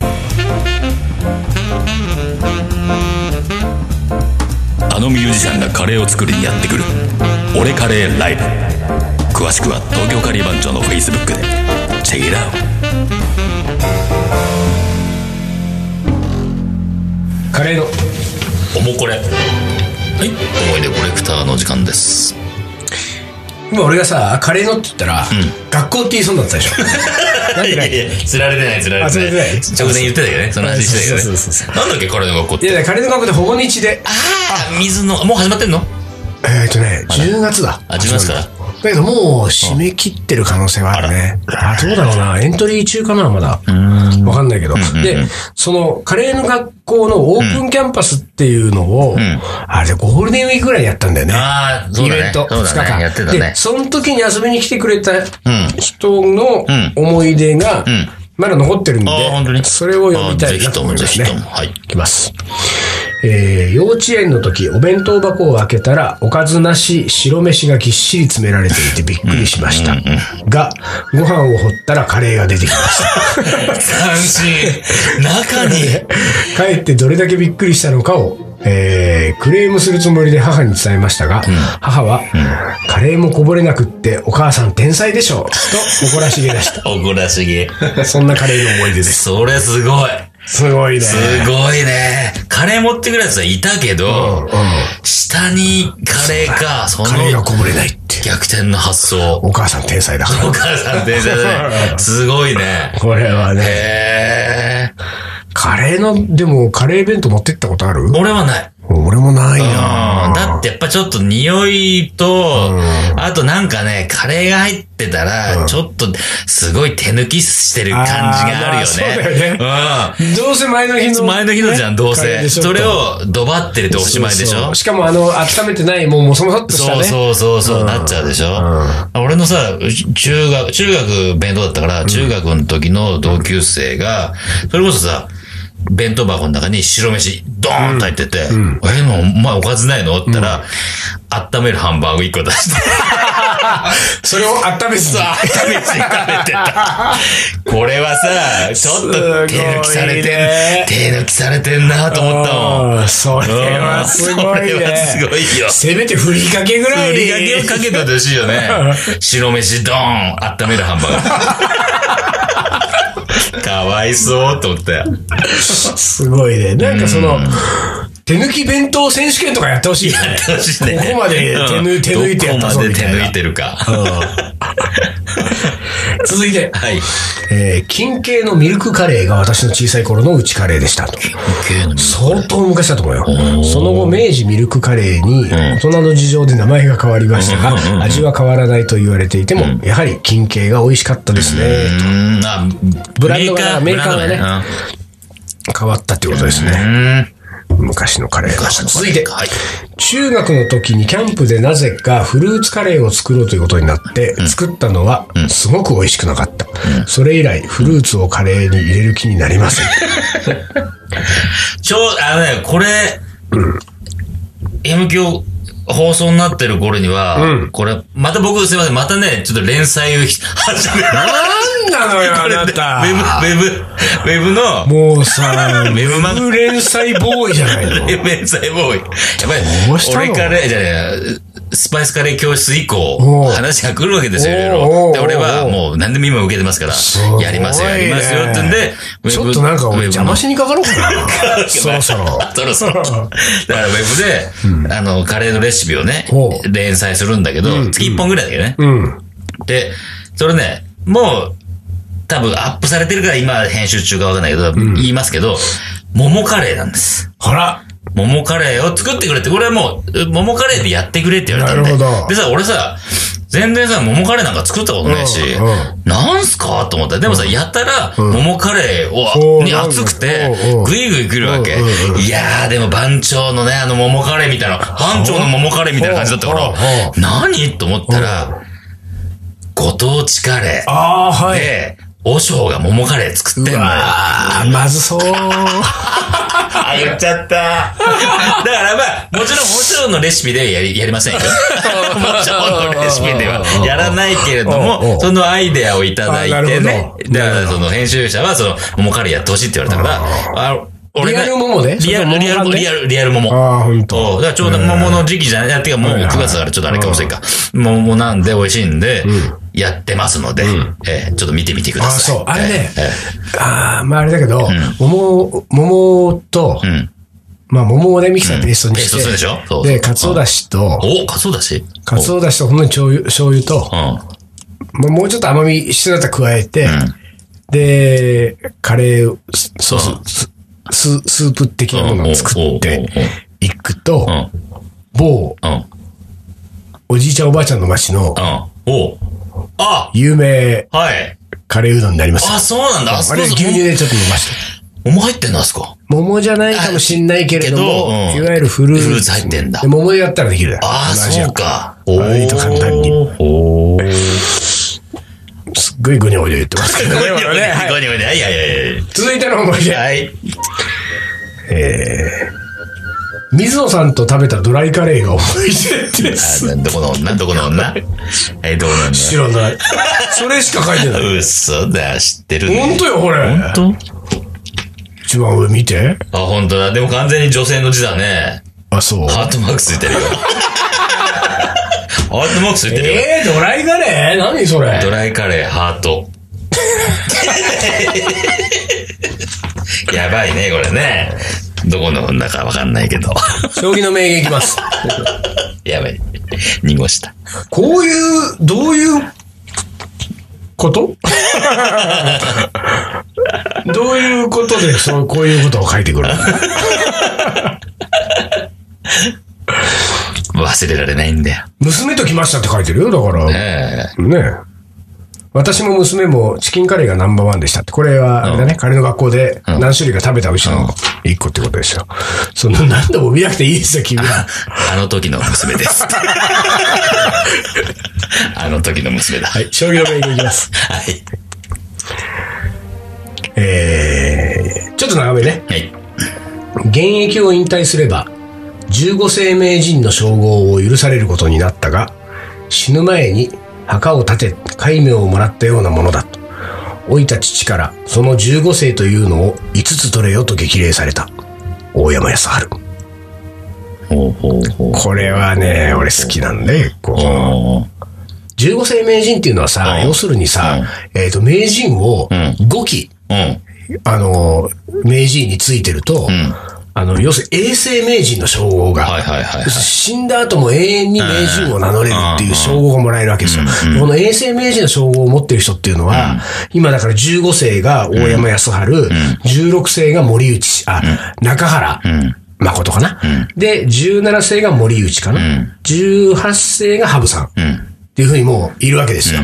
[SPEAKER 4] あのミュージシャンがカレーを作りにやってくる「俺カレーライブ」詳しくは東京カリー番長のフェイスブックでチェックイラー
[SPEAKER 1] カレーの。
[SPEAKER 2] おもこれ。はい。思い出コレクターの時間です。
[SPEAKER 1] 今俺がさ、カレーのって言ったら、学校って言いそうになったでしょ。なん (laughs) でない
[SPEAKER 2] いやいや、釣られてない、釣られて
[SPEAKER 1] あ釣られ
[SPEAKER 2] な
[SPEAKER 1] て
[SPEAKER 2] い
[SPEAKER 1] ない。
[SPEAKER 2] 直前言ってたけどね、その話してたけ
[SPEAKER 1] そ
[SPEAKER 2] ど
[SPEAKER 1] うそうそう
[SPEAKER 2] ね。なんだっけ、彼の学校っ
[SPEAKER 1] い
[SPEAKER 2] て。
[SPEAKER 1] やいや、カレーの学校で保護日で、
[SPEAKER 2] あー、水の、もう始まってんの
[SPEAKER 1] えっ、ー、とね、10月だ。
[SPEAKER 2] あ10月から
[SPEAKER 1] だけどもう締め切ってる可能性はあるね。あどうだろうな。エントリー中かな、まだ。わかんないけど。で、その、カレーの学校のオープンキャンパスっていうのを、
[SPEAKER 2] ん
[SPEAKER 1] あれゴールデンウィークぐらいやったんだよね。
[SPEAKER 2] ああ、そう
[SPEAKER 1] イ
[SPEAKER 2] だね。
[SPEAKER 1] ベント、
[SPEAKER 2] そう
[SPEAKER 1] 2日
[SPEAKER 2] だ
[SPEAKER 1] 間。
[SPEAKER 2] ね。やってたね
[SPEAKER 1] で、。その時に遊びに来てくれた
[SPEAKER 2] ん
[SPEAKER 1] 人の
[SPEAKER 2] ん
[SPEAKER 1] 思い出が、まだ残ってるんで
[SPEAKER 2] あー本当、に
[SPEAKER 1] それを読みた
[SPEAKER 2] あ
[SPEAKER 1] い
[SPEAKER 2] ーぜ
[SPEAKER 1] な
[SPEAKER 2] ひ
[SPEAKER 1] と
[SPEAKER 2] と
[SPEAKER 1] 思
[SPEAKER 2] も、
[SPEAKER 1] い
[SPEAKER 2] ぜ
[SPEAKER 1] ます
[SPEAKER 2] ひ
[SPEAKER 1] ね
[SPEAKER 2] と。も。はい。
[SPEAKER 1] いきます。えー幼稚園の時、お弁当箱を開けたら、おかずなし、白飯がぎっしり詰められていてびっくりしました。が、ご飯を掘ったらカレーが出てきました。
[SPEAKER 2] 斬新。中
[SPEAKER 1] (laughs)
[SPEAKER 2] に。
[SPEAKER 1] 帰ってどれだけびっくりしたのかを、えークレームするつもりで母に伝えましたが、母は、カレーもこぼれなくって、お母さん天才でしょうと誇らしげで
[SPEAKER 2] (laughs)
[SPEAKER 1] し
[SPEAKER 2] 怒らしげ。
[SPEAKER 1] た。そんなカレーの思い出です。
[SPEAKER 2] それすごい。
[SPEAKER 1] すごいね。
[SPEAKER 2] すごいね。カレー持ってくるやつはいたけ
[SPEAKER 1] うんう
[SPEAKER 2] ど
[SPEAKER 1] ん、
[SPEAKER 2] 下にカレーか、その
[SPEAKER 1] カレーがこぼれないって。
[SPEAKER 2] 逆転の発想。
[SPEAKER 1] お母さん天才
[SPEAKER 2] (laughs)
[SPEAKER 1] だから。
[SPEAKER 2] お母さん天才だ
[SPEAKER 1] (laughs)
[SPEAKER 2] ね。すごいね。
[SPEAKER 1] これはね、
[SPEAKER 2] へー。
[SPEAKER 1] カレーの、でもカレー弁当持ってったことある
[SPEAKER 2] 俺はない。
[SPEAKER 1] 俺もない
[SPEAKER 2] うんだ
[SPEAKER 1] な
[SPEAKER 2] ってやっぱちょっと匂いと、あとなんかね、カレーが入ってたら、ちょっとすごい手抜きしてる感じがあるよね。
[SPEAKER 1] あーどうせ前の日
[SPEAKER 2] う
[SPEAKER 1] の。
[SPEAKER 2] ん。前の日のじゃん、どう
[SPEAKER 1] カレー
[SPEAKER 2] せ。
[SPEAKER 1] でしょ
[SPEAKER 2] それをドバってるとおしまいでし
[SPEAKER 1] そうそ
[SPEAKER 2] ょ
[SPEAKER 1] うしかもあの、温めてない、もうもそもそっとした
[SPEAKER 2] そう
[SPEAKER 1] ね。
[SPEAKER 2] そうそうそう、なっちゃうでしょ、俺のさ、中学、中学弁当だったから、中学の時の同級生が、それこそさ、弁当箱の中に白飯、ドーンと入ってて、え、の、お前おかずないのって言ったら、温めるハンバーグ1個出して、
[SPEAKER 1] それを温めて
[SPEAKER 2] そう、温めて食べてた。これはさ、ちょっと手抜きされてん、
[SPEAKER 1] すごいね
[SPEAKER 2] 手抜きされてんなと思ったもん。
[SPEAKER 1] うんそれはすごい
[SPEAKER 2] うんそれはす
[SPEAKER 1] ね。
[SPEAKER 2] ごいよ。
[SPEAKER 1] せめてふりかけぐらい。
[SPEAKER 2] 売り上げをかけてほしいよ
[SPEAKER 1] (laughs)
[SPEAKER 2] ね。白飯ドーン温めるハンバ
[SPEAKER 1] (laughs)
[SPEAKER 2] ーグ。かわいそうと思ったよ。
[SPEAKER 1] すごいね。なんかその、手抜き弁当選手権とかやってほしいよね。
[SPEAKER 2] ど
[SPEAKER 1] ここまで手抜い手抜いてやったぞ
[SPEAKER 2] どこまで
[SPEAKER 1] み
[SPEAKER 2] 手
[SPEAKER 1] たいな
[SPEAKER 2] 抜いてるか。
[SPEAKER 1] 続いて、
[SPEAKER 2] はい。
[SPEAKER 1] えー金系のミルクカレーが私の小さい頃のうちカレーでしたと。相当昔だと思うよ。その後、明治ミルクカレーに、大人の事情で名前が変わりましたが、味は変わらないと言われていても、やはり金系が美味しかったです
[SPEAKER 2] う
[SPEAKER 1] ね。
[SPEAKER 2] ーん、あ、
[SPEAKER 1] ブランドがメーカーがね
[SPEAKER 2] ブラン
[SPEAKER 1] 変わったってことですね。
[SPEAKER 2] ドがね
[SPEAKER 1] 昔のカレーが。
[SPEAKER 2] うん。
[SPEAKER 1] 続いて、
[SPEAKER 2] はい。
[SPEAKER 1] 中学の時にキャンプでなぜかフルーツカレーを作ろうということになって、作ったのはすごく美味しくなかった。それ以来、フルーツをカレーに入れる気になりません。
[SPEAKER 2] ちょ、あのね、これ、M 響放送になってる頃には、これ、また僕すいません、またね、ちょっと連載を始
[SPEAKER 1] (laughs)
[SPEAKER 2] め
[SPEAKER 1] なんなのよ、あなた。
[SPEAKER 2] ウェブ、ウェブ、ウェブの、
[SPEAKER 1] もうさ、ウ
[SPEAKER 2] ェブ漫画
[SPEAKER 1] 連載ボーイじゃないの。
[SPEAKER 2] 連載ボーイ。やっぱり、
[SPEAKER 1] どうしたの
[SPEAKER 2] 俺カレー、じゃねえスパイスカレー教室以
[SPEAKER 1] お
[SPEAKER 2] 降
[SPEAKER 1] う、
[SPEAKER 2] 話が来るわけですよ、い
[SPEAKER 1] おうおうお
[SPEAKER 2] ろ
[SPEAKER 1] う
[SPEAKER 2] いろ。で、俺はもう何でも今受けてますから
[SPEAKER 1] ごい、ね
[SPEAKER 2] やりますよ、やりますよってんで、ウェブ
[SPEAKER 1] ちょっとなんか俺邪魔しにかかろうか (laughs) な。そろそろ。
[SPEAKER 2] (laughs) そろそろ。だからウェブで、あの、カレーのレシピをね
[SPEAKER 1] ほ、う
[SPEAKER 2] 連載するんだけど、月1本ぐらいだけどね。
[SPEAKER 1] うん。
[SPEAKER 2] で、それね、もう、多分アップされてるから今編集中かわかんないけど、言いますけど、桃カレーなんです。
[SPEAKER 1] ほら。
[SPEAKER 2] 桃カレーを作ってくれって、これはもう、え桃カレーでやってくれって言われたんで。
[SPEAKER 1] なるほど
[SPEAKER 2] でさ、俺さ、全然さ、桃カレーなんか作ったことないし、
[SPEAKER 1] うんうん
[SPEAKER 2] なんすかと思った。でもさ、やったら、桃カレー
[SPEAKER 1] そう
[SPEAKER 2] を、に
[SPEAKER 1] なんだ
[SPEAKER 2] 熱くて
[SPEAKER 1] うんうん、
[SPEAKER 2] ぐいぐい来るわけ。
[SPEAKER 1] うんうん
[SPEAKER 2] いやー、でも番長のね、あの桃カレーみたいな、番長の桃カレーみたいな感じだったか
[SPEAKER 1] うん
[SPEAKER 2] ら
[SPEAKER 1] うん、
[SPEAKER 2] 何と思ったら、ご当地カレー
[SPEAKER 1] ああ、は。
[SPEAKER 2] で、お尚が桃カレー作ってんのよ。
[SPEAKER 1] ああ、まず (laughs) そう。
[SPEAKER 2] あ、言っちゃった。だからまあ、もちろん、もちろんのレシピではやり、やりません
[SPEAKER 1] (laughs)
[SPEAKER 2] よ。もちろんのレシピではやらないけれど
[SPEAKER 1] うんうん
[SPEAKER 2] も、そのアイデアをいただいて
[SPEAKER 1] あなる
[SPEAKER 2] ね
[SPEAKER 1] ほ。ど
[SPEAKER 2] だから、その編集者は、その、桃カレーやってほしいって言われたから、あ、俺
[SPEAKER 1] リ
[SPEAKER 2] が
[SPEAKER 1] アル桃ね
[SPEAKER 2] リアル、リアル、リアル、リアル桃。
[SPEAKER 1] ああ、ほんと。
[SPEAKER 2] そう。だからちょうど桃の時期じゃない、いや、てかもう9月だからちょっとあれかもしれんか。桃なんで美味しいんで、やってますので、えーちょっと見てみてくだ
[SPEAKER 1] ああ、
[SPEAKER 2] さい。
[SPEAKER 1] そう。あれね
[SPEAKER 2] えーえー。
[SPEAKER 1] ああ、まああれだけど、桃、桃と
[SPEAKER 2] う、ん。
[SPEAKER 1] まあ桃をね、ミキサーでペーストに
[SPEAKER 2] ペーストするで
[SPEAKER 1] し。
[SPEAKER 2] してょそうそう
[SPEAKER 1] で、かつおだしと、
[SPEAKER 2] お、カツオだし。
[SPEAKER 1] かつおだしとほんのり醤油醤油と、
[SPEAKER 2] うん。
[SPEAKER 1] まあ、もうちょっと甘み必要だったら加えて、で、カレース
[SPEAKER 2] そうそう。
[SPEAKER 1] ス、スープ的なものを作っていくと
[SPEAKER 2] う、ん。
[SPEAKER 1] 某
[SPEAKER 2] うん。
[SPEAKER 1] おじいちゃんおばあちゃんの町の
[SPEAKER 2] うん。おうあ
[SPEAKER 1] 有名
[SPEAKER 2] はい。
[SPEAKER 1] カレーうどんになりますよ。
[SPEAKER 2] あ、そうなんだ。あそ
[SPEAKER 1] あ
[SPEAKER 2] こ
[SPEAKER 1] れ、
[SPEAKER 2] そ
[SPEAKER 1] 牛
[SPEAKER 2] こ
[SPEAKER 1] 乳。でちょっと伸ばした。
[SPEAKER 2] 桃入ってんのあそこ。
[SPEAKER 1] 桃じゃないかもしんないけれども、
[SPEAKER 2] あけどうん
[SPEAKER 1] いわゆるフルーツ。
[SPEAKER 2] フルーツ入ってんだ
[SPEAKER 1] で桃でやったらできるだろ
[SPEAKER 2] ああ、
[SPEAKER 1] 同じや
[SPEAKER 2] そうか。お
[SPEAKER 1] 割と簡単に
[SPEAKER 2] おー。
[SPEAKER 1] すっごいぐにょぐにょ言ってますけど
[SPEAKER 2] ご
[SPEAKER 1] ね。
[SPEAKER 2] にょごにょ
[SPEAKER 1] これはね
[SPEAKER 2] ごにょごにょ。いやいやいやい
[SPEAKER 1] 続いての思い出
[SPEAKER 2] や。。はい。
[SPEAKER 1] えー水野さんと食べたドライカレーが思い出で
[SPEAKER 2] あ
[SPEAKER 1] す。
[SPEAKER 2] ーどこの女どこの女え、どこの
[SPEAKER 1] 知らない。それしか書いてない。
[SPEAKER 2] 女嘘だ、知ってる
[SPEAKER 1] 本
[SPEAKER 2] ね。
[SPEAKER 1] 当よ、これ。
[SPEAKER 2] 本
[SPEAKER 1] 一番上見て。
[SPEAKER 2] 当あ、本当だ。でも完全に女性の字だね。
[SPEAKER 1] あ、そう。
[SPEAKER 2] ハートマークついてるよ。ハートマークついてるよ。
[SPEAKER 1] えー、ドライカレー何それ
[SPEAKER 2] ドライカレー、ハート。 (laughs) やばいね、これね。どこの女かわかんないけど。
[SPEAKER 1] 将棋の名言いきます。
[SPEAKER 2] やばい。濁した。
[SPEAKER 1] こういう、どういうこと (laughs) どういうことで、そう、こういうことを書いて (laughs) くるの
[SPEAKER 2] 忘れられないんだよ。
[SPEAKER 1] 娘と来ましたって書いてるよ、だから。ね
[SPEAKER 2] え
[SPEAKER 1] 私も娘もチキンカレーがナンバーワンでしたって。これは、あれだね、カレーの学校で何種類か食べたうちの一個ってことですよ。そんな、なんでも見なくていいですよ、君は。
[SPEAKER 2] えあの時の娘 (laughs) です。あの時の娘だ。はい。
[SPEAKER 1] 将棋の勉強いきます。
[SPEAKER 2] はい。
[SPEAKER 1] えー、ちょっと長めね。
[SPEAKER 2] はい。
[SPEAKER 1] 現役を引退すれば15世名人の称号を許されることになったが死ぬ前に墓を建て戒名をもらったようなものだと老いた父からその15世というのを5つ取れよと激励された大山康晴
[SPEAKER 2] ほうほうほう。
[SPEAKER 1] これはね俺好きなんで結構15世名人っていうのはさ、
[SPEAKER 2] うん
[SPEAKER 1] 要するにさ、えっ、と名人を5期、
[SPEAKER 2] うん。
[SPEAKER 1] あの名人についてると、
[SPEAKER 2] ん
[SPEAKER 1] あの要するに永世名人の称号が、
[SPEAKER 2] はいはいはい。
[SPEAKER 1] 死んだ後も永遠に名人を名乗れるっていう称号がもらえるわけですよ。この永世名人の称号を持ってる人っていうのは、今だから15世が大山康晴、16世が森内、あ、中原。誠かな、で、17世が森内かな、?18 世が羽生さん。っていうふうにもういるわけですよ。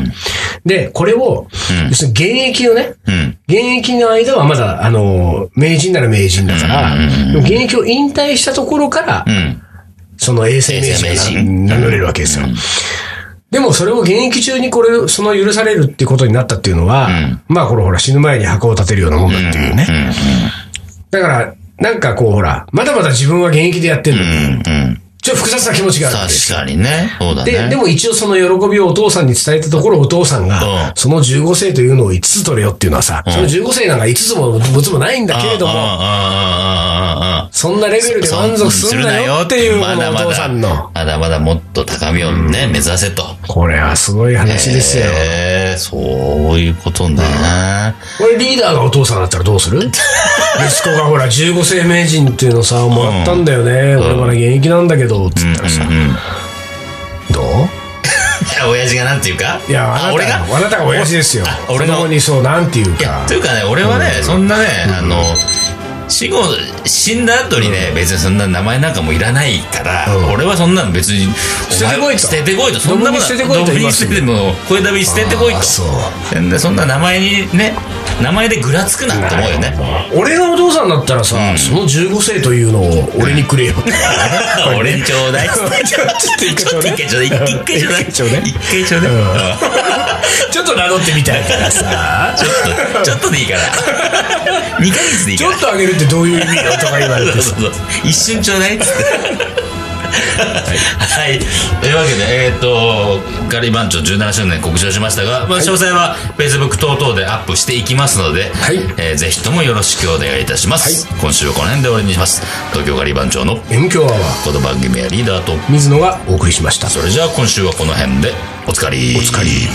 [SPEAKER 1] で、これを、要するに現役をね、
[SPEAKER 2] ん
[SPEAKER 1] 現役の間はまだ、あの、名人なら名人だから、でも現役を引退したところから、
[SPEAKER 2] うん。
[SPEAKER 1] その衛生名
[SPEAKER 2] 衛生名
[SPEAKER 1] 人が名乗れるわけですよ。でもそれを現役中にこれ、その許されるっていうことになったっていうのは、まあこれほら死ぬ前に箱を建てるようなもんだっていうね。だから、なんかこうほら、まだまだ自分は現役でやってるのに、
[SPEAKER 2] うん。
[SPEAKER 1] ちょっと複雑な気持ちがあるわけ
[SPEAKER 2] 確
[SPEAKER 1] ですよ
[SPEAKER 2] かにね。そうだね。
[SPEAKER 1] で、でも一応その喜びをお父さんに伝えたところお父さんが、
[SPEAKER 2] うん
[SPEAKER 1] その15世というのを5つ取れよっていうのはさ、その15世なんか5つも6つもないんだけれど
[SPEAKER 2] うんうんうん
[SPEAKER 1] も、
[SPEAKER 2] うんうんうん。
[SPEAKER 1] そんなレベルで満足すんなよっていう、このお父さんの。
[SPEAKER 2] まだまだもっと高みをね、目指せと。
[SPEAKER 1] これはすごい話ですよ。
[SPEAKER 2] ええ、そういうことね。
[SPEAKER 1] これリーダーがお父さんだったらどうす (laughs) る息子がほら、15世名人っていうのさ、もらったんだよね。俺まだ現役なんだけど、つったらさ。どう
[SPEAKER 2] (laughs) 親父がなんていうか
[SPEAKER 1] いや、あな
[SPEAKER 2] あ
[SPEAKER 1] た
[SPEAKER 2] 俺が
[SPEAKER 1] あなたが親父ですよ。
[SPEAKER 2] お俺
[SPEAKER 1] 俺
[SPEAKER 2] の
[SPEAKER 1] の子にそう、なんていう
[SPEAKER 2] いや
[SPEAKER 1] か
[SPEAKER 2] と。いうかね、俺はね、そんなね、あの、死後、死んだ後にね、別にそんな名前なんかもいらないから、
[SPEAKER 1] うん
[SPEAKER 2] 俺はそんなの別に、
[SPEAKER 1] 捨ててこいと
[SPEAKER 2] お前捨ててこいと。そんなも
[SPEAKER 1] ドブに
[SPEAKER 2] の
[SPEAKER 1] 捨ててこいと
[SPEAKER 2] ドブ
[SPEAKER 1] 言い
[SPEAKER 2] に
[SPEAKER 1] ます
[SPEAKER 2] 捨
[SPEAKER 1] よ
[SPEAKER 2] てても、これだび捨ててこい
[SPEAKER 1] あ
[SPEAKER 2] と。
[SPEAKER 1] そう
[SPEAKER 2] でそんな名前にね、名前でぐらつくなって思うよね。
[SPEAKER 1] 俺がお父さんだったらさ、その15世というのを俺にくれよ。 (laughs)
[SPEAKER 2] 俺にちょうだい。ちょっ
[SPEAKER 1] ちょっと一回ちょうだい
[SPEAKER 2] と一回ちょうだい。一回ちょうだい。
[SPEAKER 1] 一回ちょうだい
[SPEAKER 2] 一回ちょうだい。うん
[SPEAKER 1] (laughs) ちょっと名乗ってみたいからさ。
[SPEAKER 2] ちょっと、ちょっとでいいから。2ヶ月でいい
[SPEAKER 1] ち
[SPEAKER 2] か
[SPEAKER 1] ょ
[SPEAKER 2] ら
[SPEAKER 1] っ。とあげるってどういう意味よとか言われて (laughs)
[SPEAKER 2] そ
[SPEAKER 1] さ
[SPEAKER 2] う。そうそう一瞬ちょうだいっつって。はい、というわけで、えっ、と、ガリバン長17周年告知をしましたが、まあ、詳細は Facebook 等々でアップしていきますので、
[SPEAKER 1] はい
[SPEAKER 2] えーぜひともよろしくお願いいたします。今週はこの辺で終わりにします。東京ガリバン長の
[SPEAKER 1] M 強アワー、
[SPEAKER 2] この番組はリーダーと、
[SPEAKER 1] 水野がお送りしました。
[SPEAKER 2] それじゃあ今週はこの辺で、おつかり。おつかり。